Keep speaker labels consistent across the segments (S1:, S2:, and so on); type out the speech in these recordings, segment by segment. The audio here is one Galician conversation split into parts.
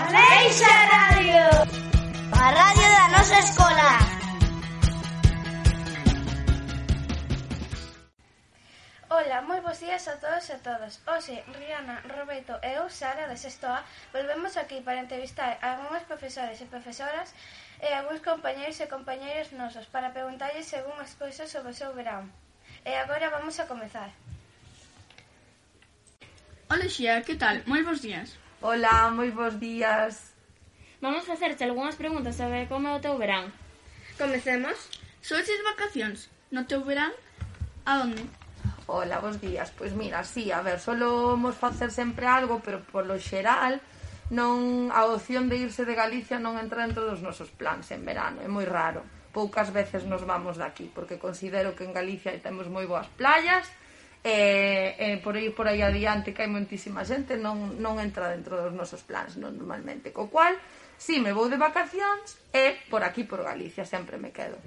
S1: Caixa Radio. A radio da nosa escola.
S2: Ola, moi bons días a todos e a todas. Hoxe, Rihanna, Roberto e eu, Sara de Sexto A, volvemos aquí para entrevistar a algúns profesores e profesoras e algúns compañeiros e compañeiras nosos para preguntarlles algunhas cousas sobre o seu verán. E agora vamos a comezar.
S3: Ola Xia, que tal? Moi bons días.
S4: Ola, moi bons días.
S5: Vamos facerche algunhas preguntas sobre como é o teu verán.
S2: Comecemos?
S3: Soches vacacións? No teu verán? A onde?
S4: Ola, bons días. Pois mira, sí, a ver, solo mos facer sempre algo, pero polo xeral non a opción de irse de Galicia non entra dentro dos nosos plans en verano, é moi raro. Poucas veces nos vamos daqui, porque considero que en Galicia temos moi boas playas, e, e por aí por aí adiante que hai moitísima xente non, non entra dentro dos nosos plans non, normalmente, co cual si me vou de vacacións e por aquí por Galicia sempre me quedo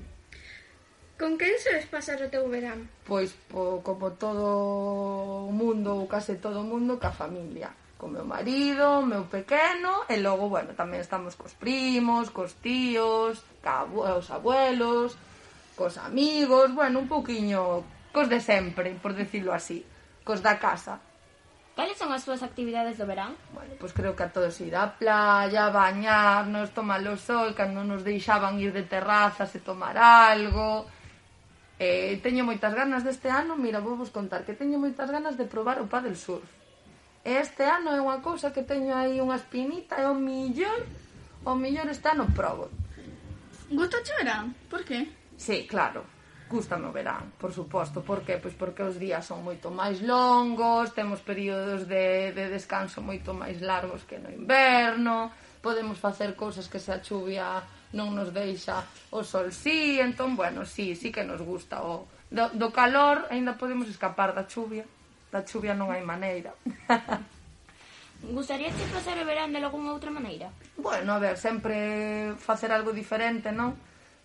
S2: Con quen soles pasar o teu verán?
S4: pois po, como todo o mundo ou case todo o mundo ca familia co meu marido, meu pequeno e logo, bueno, tamén estamos cos primos cos tíos ca abu- os abuelos cos amigos, bueno, un pouquiño cos de sempre, por decirlo así cos da casa
S5: Cales son as túas actividades do verán?
S4: Bueno, pois creo que a todos ir á playa, bañarnos, tomar o sol, cando nos deixaban ir de terrazas e tomar algo. Eh, teño moitas ganas deste ano, mira, vou vos contar que teño moitas ganas de probar o paddle surf. E este ano é unha cousa que teño aí unha espinita e o millón, o millón este ano probo.
S3: Gusta o verán? Por que?
S4: Sí, claro. Gústame o verán, por suposto. Por que? Pois porque os días son moito máis longos, temos períodos de, de descanso moito máis largos que no inverno, podemos facer cousas que se a chuvia non nos deixa o sol sí, entón, bueno, sí, sí que nos gusta o... Do, do calor aínda podemos escapar da chuvia, da chuvia non hai maneira.
S5: Gustaríaste pasar o verán de algunha outra maneira?
S4: Bueno, a ver, sempre facer algo diferente, non?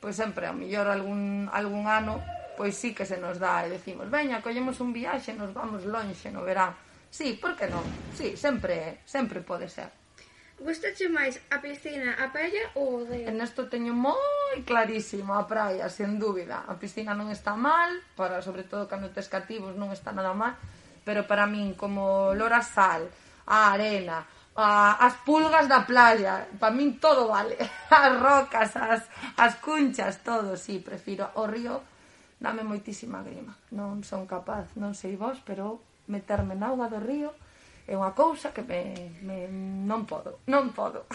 S4: Pois sempre, a mellor algún, algún ano, pois sí que se nos dá e decimos, veña, collemos un viaxe, nos vamos lonxe no verán. Sí, por que non? Sí, sempre, sempre pode ser.
S2: Gustache máis a piscina, a praia ou o
S4: E
S2: deo?
S4: nesto teño moi clarísimo a praia, sen dúbida. A piscina non está mal, para sobre todo cando tes cativos non está nada mal, pero para min como olor a sal, a arena, a, as pulgas da playa, para min todo vale. As rocas, as, as cunchas, todo, sí, prefiro o río dame moitísima grima. Non son capaz, non sei vos, pero meterme na auga do río é unha cousa que me, me non podo, non podo.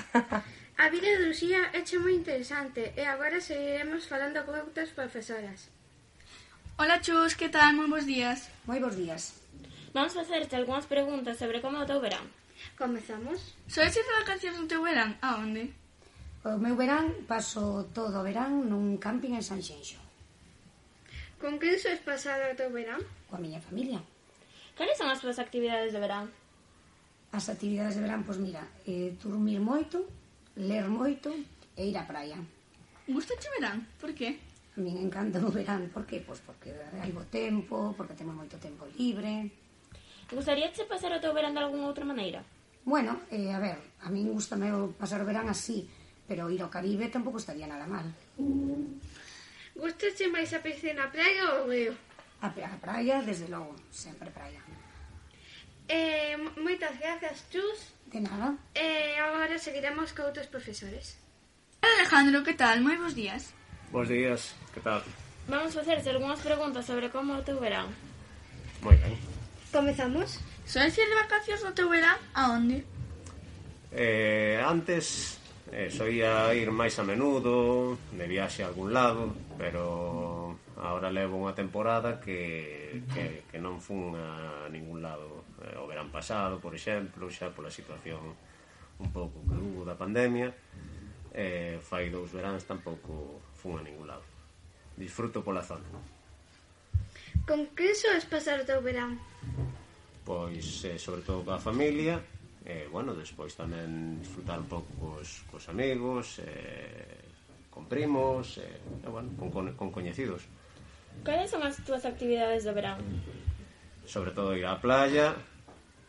S2: A vida de Lucía é che moi interesante e agora seguiremos falando con outras profesoras.
S3: Ola Chus, que tal? Moi bons días.
S6: Moi bons días.
S5: Vamos facerche algunhas preguntas sobre como é o teu verán.
S2: Comezamos?
S3: Soches vacacións no teu verán? A onde?
S6: O meu verán paso todo o verán nun camping en Sanxenxo,
S2: Con quen sois pasar o teu verán?
S6: coa miña familia.
S5: Cales son as túas actividades do verán?
S6: As actividades de verán, pois mira, eh, dormir moito, ler moito e ir á praia.
S3: Gusta o verán? Por que?
S6: A min encanta o verán, por que? Pois porque hai bo tempo, porque temos moito tempo libre.
S5: Gustaríaste pasar o teu verán de algunha outra maneira?
S6: Bueno, eh, a ver, a min gusta meu pasar o verán así, pero ir ao Caribe tampouco estaría nada mal.
S2: Mm. Gustache máis a piscina, a praia ou o deo?
S6: A, pra- a praia, desde logo, sempre praia.
S2: Eh, mo- moitas grazas, Chus.
S6: De nada.
S2: E agora Eh, seguiremos con outros profesores.
S3: Ola Alejandro, que tal? Moi bons días.
S7: Bos días, que tal?
S5: Vamos facerche algunhas preguntas sobre como é o teu verán.
S7: Moi ben.
S2: Comezamos?
S3: Soches vacacións no teu verán? A onde?
S7: Eh, antes eh, soía ir máis a menudo, de viaxe a algún lado, pero ahora levo unha temporada que, que, que non fun a ningún lado. Eh, o verán pasado, por exemplo, xa pola situación un pouco que hubo da pandemia, eh, fai dous veráns tampouco fun a ningún lado. Disfruto pola zona.
S2: Con quen sois pasar o teu verán?
S7: pois eh, sobre todo coa familia e eh, bueno, despois tamén disfrutar un pouco cos, cos amigos eh, con primos eh, e bueno, con, con, con coñecidos
S5: Cales son as túas actividades do verán?
S7: sobre todo ir á playa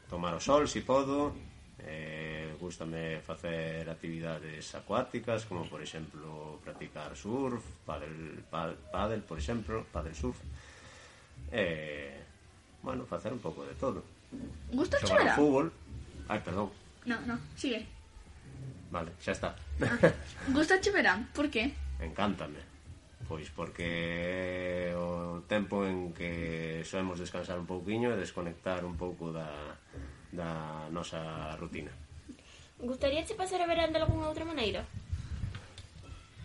S7: tomar o sol, si podo eh, gustame facer actividades acuáticas, como por exemplo practicar surf, paddle, pa- paddle por exemplo, paddle surf. Eh, bueno, facer un pouco de todo.
S3: ¿Gusta
S7: Xogar ao
S3: Chumela?
S7: fútbol. Ai, perdón.
S3: No, no, sigue.
S7: Vale, xa está.
S3: ¿Gusta Chumela? ¿Por qué?
S7: Encántame. Pois porque é o tempo en que soemos descansar un pouquiño e desconectar un pouco da, da nosa rutina.
S5: Gustaríache pasar o verán de algunha outra maneira?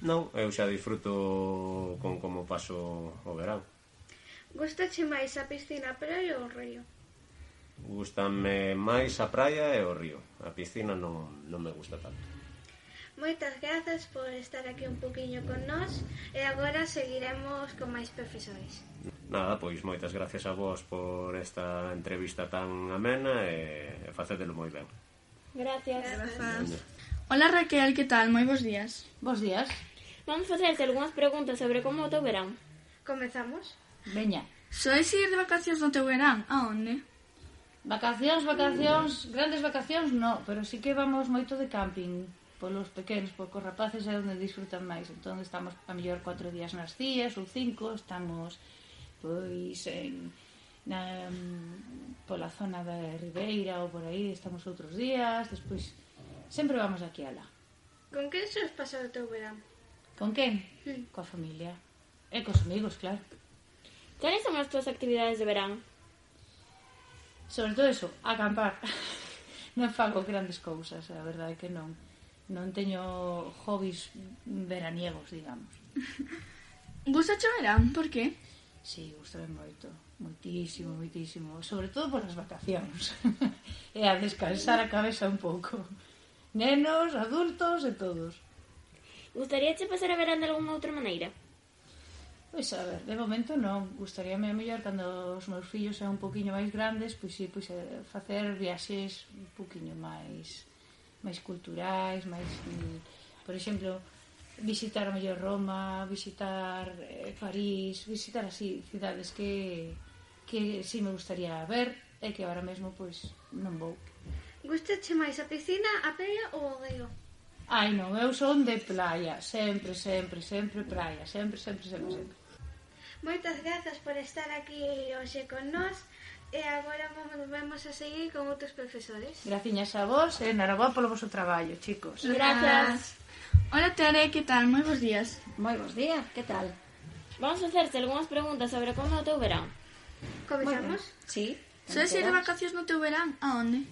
S7: Non, eu xa disfruto con como paso o verán.
S2: Gustache máis a piscina, pero eu o río.
S7: Gústame máis a praia e o río. A piscina non, non me gusta tanto.
S2: Moitas grazas por estar aquí un poquinho con nós e agora seguiremos con máis profesores.
S7: Nada, pois moitas gracias a vos por esta entrevista tan amena e, e facételo moi ben.
S5: Gracias.
S3: Hola Raquel, ¿qué tal? Muy buenos días.
S8: Bos días.
S5: Vamos facerte algunhas preguntas sobre como o teu verán.
S2: Comezamos?
S8: Veña.
S3: ¿Sois ir de vacaciones no te verán? ¿A dónde?
S8: Vacacións, vacacións, grandes vacacións, no, pero sí que vamos moito de camping polos pequenos, porque os rapaces é onde disfrutan máis. Entón estamos a mellor catro días nas cías ou cinco, estamos pois en na, pola zona da Ribeira ou por aí, estamos outros días, despois sempre vamos aquí a lá.
S2: Con que se os pasou o teu verán?
S8: Con quen?
S2: Hmm.
S8: Coa familia. E cos amigos, claro.
S5: Cales son as túas actividades de verán?
S8: Sobre todo eso, acampar. non fago grandes cousas, a verdade que non. Non teño hobbies veraniegos, digamos.
S3: ¿Gusta Chumela? ¿Por qué?
S8: Sí, gustame moito, moitísimo, moitísimo, sobre todo polas vacacións. e Eh, a descansar a cabeza un pouco. Nenos, adultos e todos.
S5: Gustaríache pasar o verán de algunha outra maneira?
S8: Pois a ver, de momento non, gustaríame a mellor cando os meus fillos sean un poquinho máis grandes, pois si, pois eh, facer viaxes un poquinho máis máis culturais, máis mm, por exemplo, visitar a mellor Roma, visitar eh, París, visitar así cidades que que si me gustaría ver e que ahora mesmo pois non vou.
S2: Gustache máis a piscina, a praia ou o río?
S8: Ai non, eu son de playa, sempre, sempre, sempre praia, sempre, sempre, sempre, sempre.
S2: Moitas grazas por estar aquí hoxe con nós e agora vamos, vamos a seguir con outros profesores.
S8: Graciñas a vos e enhorabuá polo voso traballo, chicos.
S3: Gracias. Hola Tere, ¿qué tal? Muy buenos días.
S6: Moi bons días, que tal?
S5: Vamos facerte algunhas preguntas sobre como o teu verán.
S2: Comezamos?
S6: Sí.
S3: ¿Sois ir de vacaciones no te verán? ¿A dónde?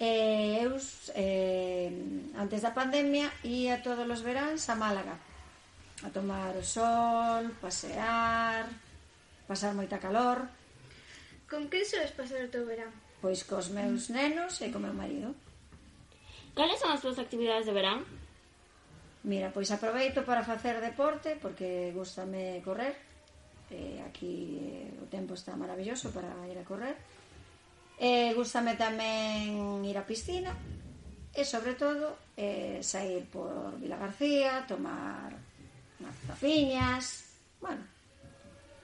S9: Eh, eu eh, antes da pandemia ia todos os veráns a Málaga a tomar o sol, pasear, pasar moita calor,
S2: Con que se os pasou o teu verán?
S9: pois cos meus nenos e co meu marido.
S5: Cales son as túas actividades de verán?
S9: Mira, pois aproveito para facer deporte porque gustame correr. Eh, aquí eh, o tempo está maravilloso para ir a correr. Eh, gustame tamén ir á piscina e sobre todo eh, sair por Vila García, tomar unhas taciñas, bueno,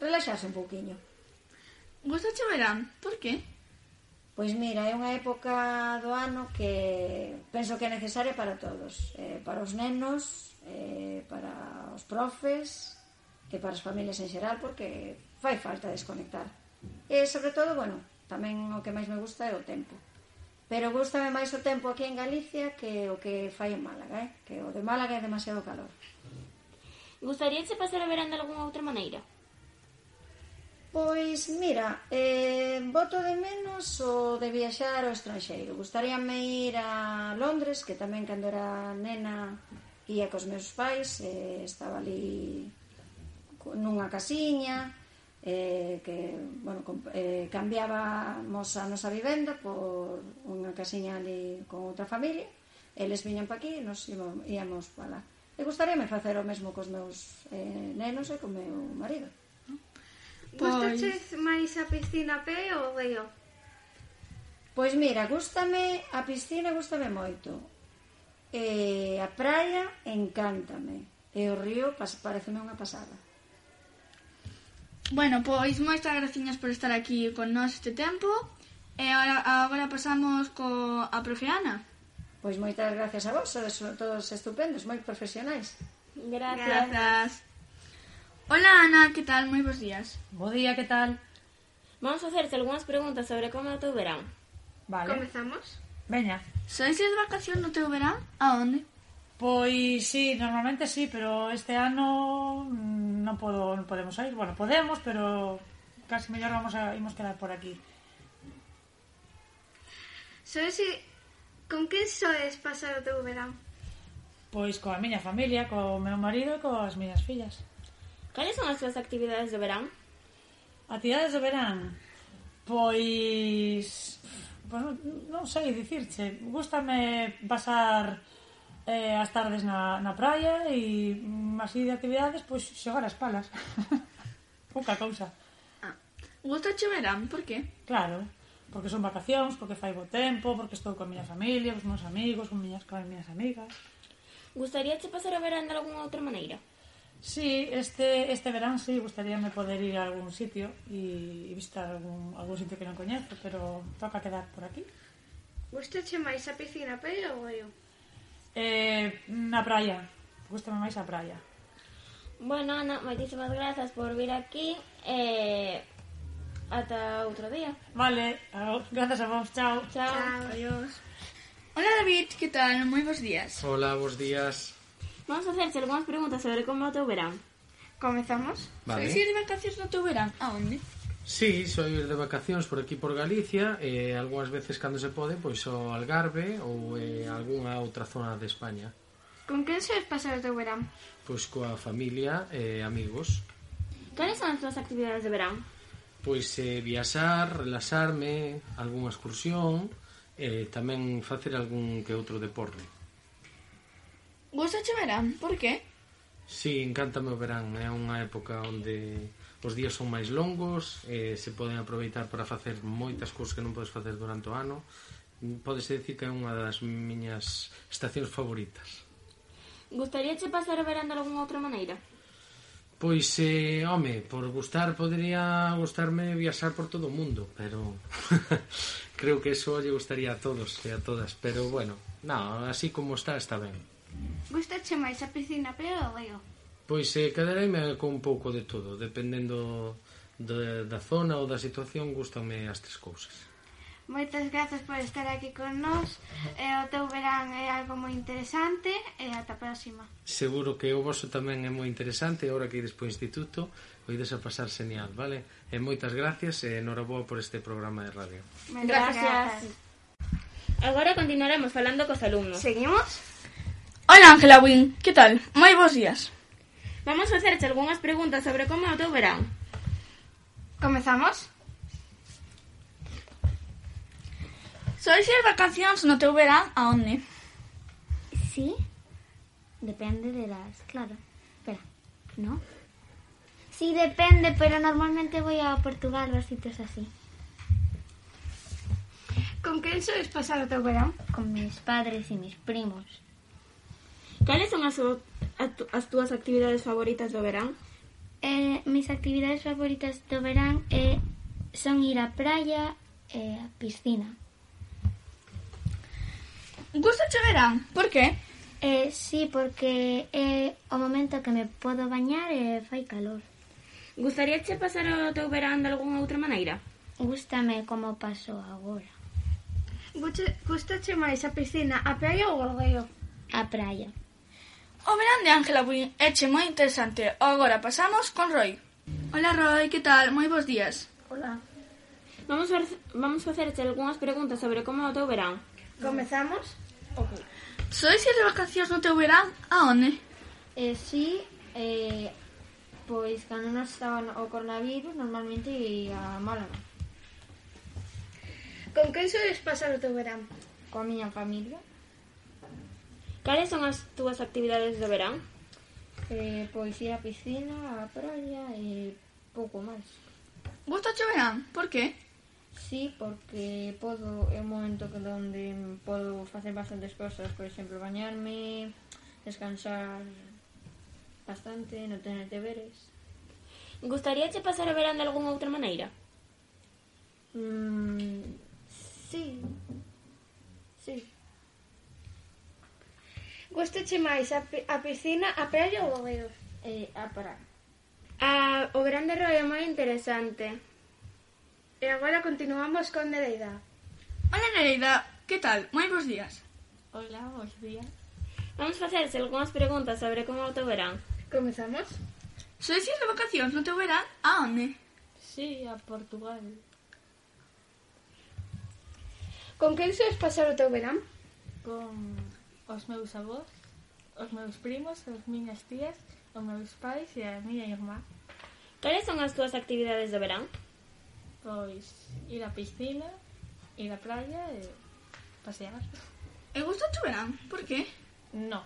S9: relaxarse un pouquiño.
S3: ¿Gusta Chumela? ¿Por qué?
S9: Pois mira, é unha época do ano que penso que é necesaria para todos, eh, para os nenos, eh, para os profes e para as familias en xeral, porque fai falta desconectar. E sobre todo, bueno, tamén o que máis me gusta é o tempo. Pero gustame máis o tempo aquí en Galicia que o que fai en Málaga, eh? que o de Málaga é demasiado calor.
S5: Gustaríache pasar o verán de algunha outra maneira?
S9: Pois mira, eh, voto de menos o de viaxar ao estranxeiro. Gustaríame ir a Londres, que tamén cando era nena ia cos meus pais, eh, estaba ali co- nunha casiña, eh, que, bueno, com- eh, cambiábamos a nosa vivenda por unha casiña ali con outra familia, eles viñan pa aquí e nos íbamos, íamos pa lá. E gustaríame facer o mesmo cos meus eh, nenos e co meu marido.
S6: Pois.
S2: Gustache máis a piscina, a praia ou o río?
S9: Pois mira, gústame a piscina, gústame moito. E a praia encántame. E o río pas, pareceme unha pasada.
S3: Bueno, pois moitas graciñas por estar aquí con nós este tempo E agora, agora pasamos co, a profe Ana
S9: Pois moitas gracias a vos, sodes todos estupendos, moi profesionais.
S5: Gracias.
S3: Gracias. Hola Ana, ¿qué tal? Muy buenos días.
S10: Bo día, que tal?
S5: Vamos a hacerte algunas preguntas sobre cómo te verán.
S10: Vale.
S3: ¿Comenzamos?
S10: Veña.
S3: ¿Sabéis si es vacación no te verán? ¿A dónde?
S10: Pois sí, normalmente sí, pero este ano mm, non podo non podemos ir. Bueno, podemos, pero casi mellor vamos a imos quedar por aquí.
S3: ¿Sabéis si... con quién sois pasar o teu verán?
S10: Pois coa miña familia, co meu marido e coas miñas fillas.
S5: ¿Cuáles son las tus actividades de verán?
S10: Actividades do verán. Pois pois non- non sei dicirche. Gústame pasar eh, as tardes na, na praia e mm, así de actividades, pois xogar as palas. Pouca cousa.
S5: Ah,
S3: Gusta che verán, por qué?
S10: Claro, porque son vacacións, porque fai bo tempo, porque estou coa miña familia, cos meus amigos, con miñas, coas miñas amigas.
S5: ¿Gustaríache pasar o verán de alguna outra maneira?
S10: Sí, este, este verán sí, gustaríame poder ir a algún sitio e, e visitar algún, algún sitio que non coñezo, pero toca quedar por aquí.
S2: Gustache máis a piscina, pero ou eu?
S10: Eh, na praia, gustame máis a praia.
S5: Bueno, Ana, moitísimas grazas por vir aquí. Eh, ata outro día.
S10: Vale, a- grazas a vos, chao.
S5: Chao.
S3: Adiós. Hola David, ¿qué tal? Muy buenos días.
S11: Hola, buenos días.
S5: Vamos a hacerte algunas preguntas sobre cómo te verán.
S3: ¿Comenzamos?
S11: Vale.
S3: ¿Sabéis si es vacaciones no te verán? ¿A dónde?
S11: Sí, soy de vacacións por aquí por Galicia e eh, algunhas veces cando se pode, pois ao Algarve ou eh, algunha outra zona de España.
S3: ¿Con quién sois pasar o teu verán?
S11: Pois coa familia e eh, amigos.
S5: Cales son as túas actividades de verán?
S11: Pois eh, viaxar, relaxarme, algunha excursión, eh, tamén facer algún que outro deporte.
S3: ¿Gusta che verán? ¿Por qué?
S11: Sí, encántame o verán, é unha época onde os días son máis longos, eh, se poden aproveitar para facer moitas cousas que non podes facer durante o ano. Pódese dicir que é unha das miñas estacións favoritas.
S5: Gustaríache pasar o verán de alguna outra maneira?
S11: Pois, eh, home, por gustar podería gustarme viaxar por todo o mundo, pero creo que eso lle gustaría a todos e a todas, pero bueno, no, así como está, está ben.
S2: Gustache máis a piscina, pero ou eu?
S11: Pois eh, quedareime con un pouco de todo, dependendo de, da zona ou da situación, gustame as tres cousas.
S2: Moitas grazas por estar aquí con nós. E o teu verán é algo moi interesante e ata a próxima.
S11: Seguro que o vosso tamén é moi interesante, e ora que ides para o instituto, o ides a pasar señal, vale? E moitas gracias e enhoraboa por este programa de radio.
S2: Gracias.
S5: Agora continuaremos falando cos alumnos.
S2: Seguimos?
S3: Hola Ángela Wynn, ¿qué tal? Muy buenos días.
S5: Vamos a hacerte algunhas preguntas sobre como o teu verán.
S3: ¿Comenzamos? ¿Sois de vacaciones no te verán? ¿A dónde?
S12: Sí, depende de las, claro. Espera, ¿no? Sí, depende, pero normalmente voy a Portugal o a sitios así.
S2: Con quen sois pasar o teu verán?
S12: Con mis padres y mis primos.
S5: Cales son as, o- a tu- as túas actividades favoritas do verán?
S12: Eh, mis actividades favoritas do verán eh, son ir á praia e a eh, piscina.
S3: ¿Gusta che verán? ¿Por qué?
S12: Eh, sí, porque é o momento que me podo bañar e fai calor.
S5: Gustaríache pasar o teu verán de alguna outra maneira?
S12: Gústame como paso agora.
S2: Gustache máis a piscina, a praia ou o río?
S12: A praia.
S3: O verán de Ángela Wynn eche moi interesante. Agora pasamos con Roy. Hola Roy, ¿qué tal? Moi bons días.
S5: Vamos a, vamos a hacerte algunhas preguntas sobre como o teu verán.
S2: Comezamos?
S3: Sois ir de vacacións no teu verán? A onde?
S9: Eh, sí, eh, pois cando non estaba o coronavirus normalmente ia a Málaga
S2: Con quen sois pasar o teu verán?
S9: coa miña familia
S5: Cales son as túas actividades do verán?
S9: eh, pois ir á piscina, á praia e pouco máis
S3: Gusta che verán? Por qué?
S9: Sí, porque podo, é un momento que donde podo facer bastantes cosas, por exemplo, bañarme, descansar bastante, non tener deberes.
S5: Gustaríache pasar o verán de alguna outra maneira?
S9: Mm, sí. Sí.
S2: Gustache máis a, pi- a piscina, a praia ou o río?
S5: Eh,
S9: ah,
S5: a praia.
S2: A, o Grande Río é moi interesante. E agora continuamos con Nereida.
S3: Hola Nereida, que tal? Moi bons días.
S5: Hola, bons días. Vamos facerse algunhas preguntas sobre como o teu verán.
S2: Comezamos?
S3: Sodes ir de vacacións no teu verán a onde?
S5: Sí, a Portugal.
S2: Con quen sois pasar o teu verán?
S13: con os meus avós, os meus primos, as miñas tías, os meus pais e a miña irmá.
S5: Cales son as túas actividades do verán?
S13: Pois ir á piscina, ir á praia e pasear.
S3: E gusta o verán? Por que?
S13: No,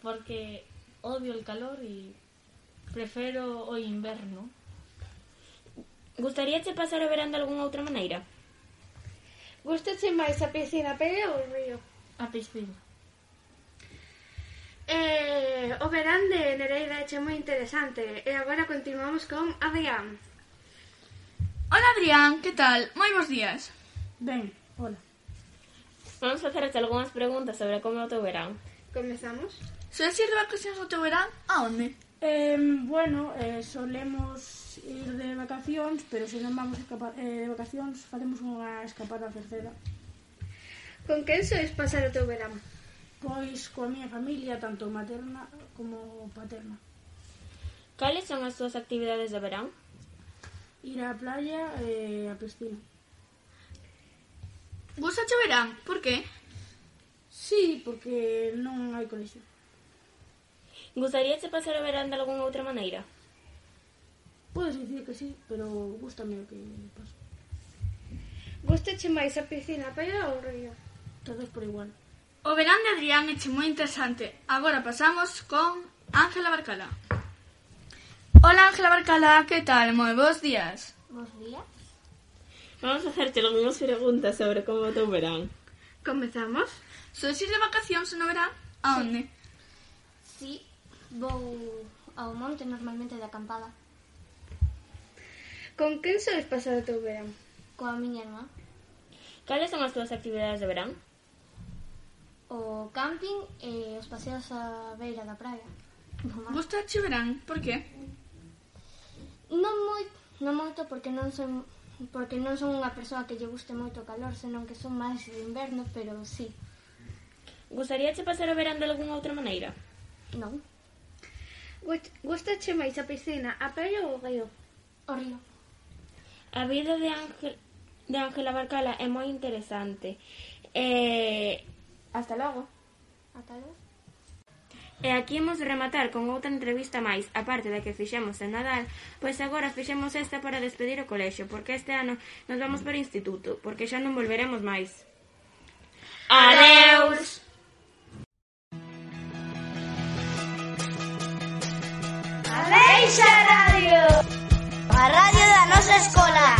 S13: porque odio el calor e prefero o inverno.
S5: Gustaríache pasar o verán de algunha outra maneira?
S2: Gustache máis a piscina, a praia ou o río?
S13: A piscina.
S2: Eh, o verán de Nereida é moi interesante. E agora continuamos con Adrián.
S3: Hola Adrián, que tal? Moi bons días.
S5: Ben, hola. Vamos facerse algunhas preguntas sobre como o teu verán.
S2: Comezamos?
S3: Sodes ir de vacacións no teu verán Ah, a onde?
S14: Eh, bueno, eh, solemos ir de vacacións, pero se non vamos escapa- eh, de vacacións, facemos unha escapada terceira.
S2: Con quen sois pasar o teu verán?
S14: Pois coa miña familia, tanto materna como paterna.
S5: Cales son as túas actividades do verán?
S14: Ir á playa e á piscina.
S3: Gusta o verán? Por que?
S14: Sí, porque non hai colexio.
S5: Gustaríache pasar o verán de algunha outra maneira?
S14: Podes dicir que sí, pero gustame o que paso.
S2: Gustache máis a piscina, a praia ou o río?
S14: Todos por igual.
S3: O verán de Adrián é moi interesante. Agora pasamos con Ángela Barcala. Hola Ángela Barcala, que tal? Moi bons días.
S13: Bos días.
S5: Vamos facerte algunhas preguntas sobre como o teu verán.
S2: Comezamos?
S3: Sodes ir de vacacións no verán a onde?
S13: Sí, vou ao monte normalmente de acampada
S2: Con quen sois pasar o teu verán?
S13: coa miña irmá.
S5: Cales son as túas actividades do verán?
S13: O camping e os paseos á beira da praia.
S3: Gusta o verán? Por que?
S13: Non moi, non moito porque non son porque non son unha persoa que lle guste moito o calor, senón que son máis de inverno, pero sí,
S5: Gustaríache pasar o verán de algunha outra maneira?
S13: non.
S2: Gust- Gustache máis a piscina, a praia ou o río?
S13: O río.
S5: A vida de Ángel de Ángela Barcala é moi interesante. Eh, hasta logo.
S13: Ata logo.
S5: E aquí imos rematar con outra entrevista máis, aparte da que fixemos en Nadal, pois agora fixemos esta para despedir o colexio, porque este ano nos vamos para o instituto, porque xa non volveremos máis. Adeus!
S1: Ameixa Radio. A radio da nosa escola.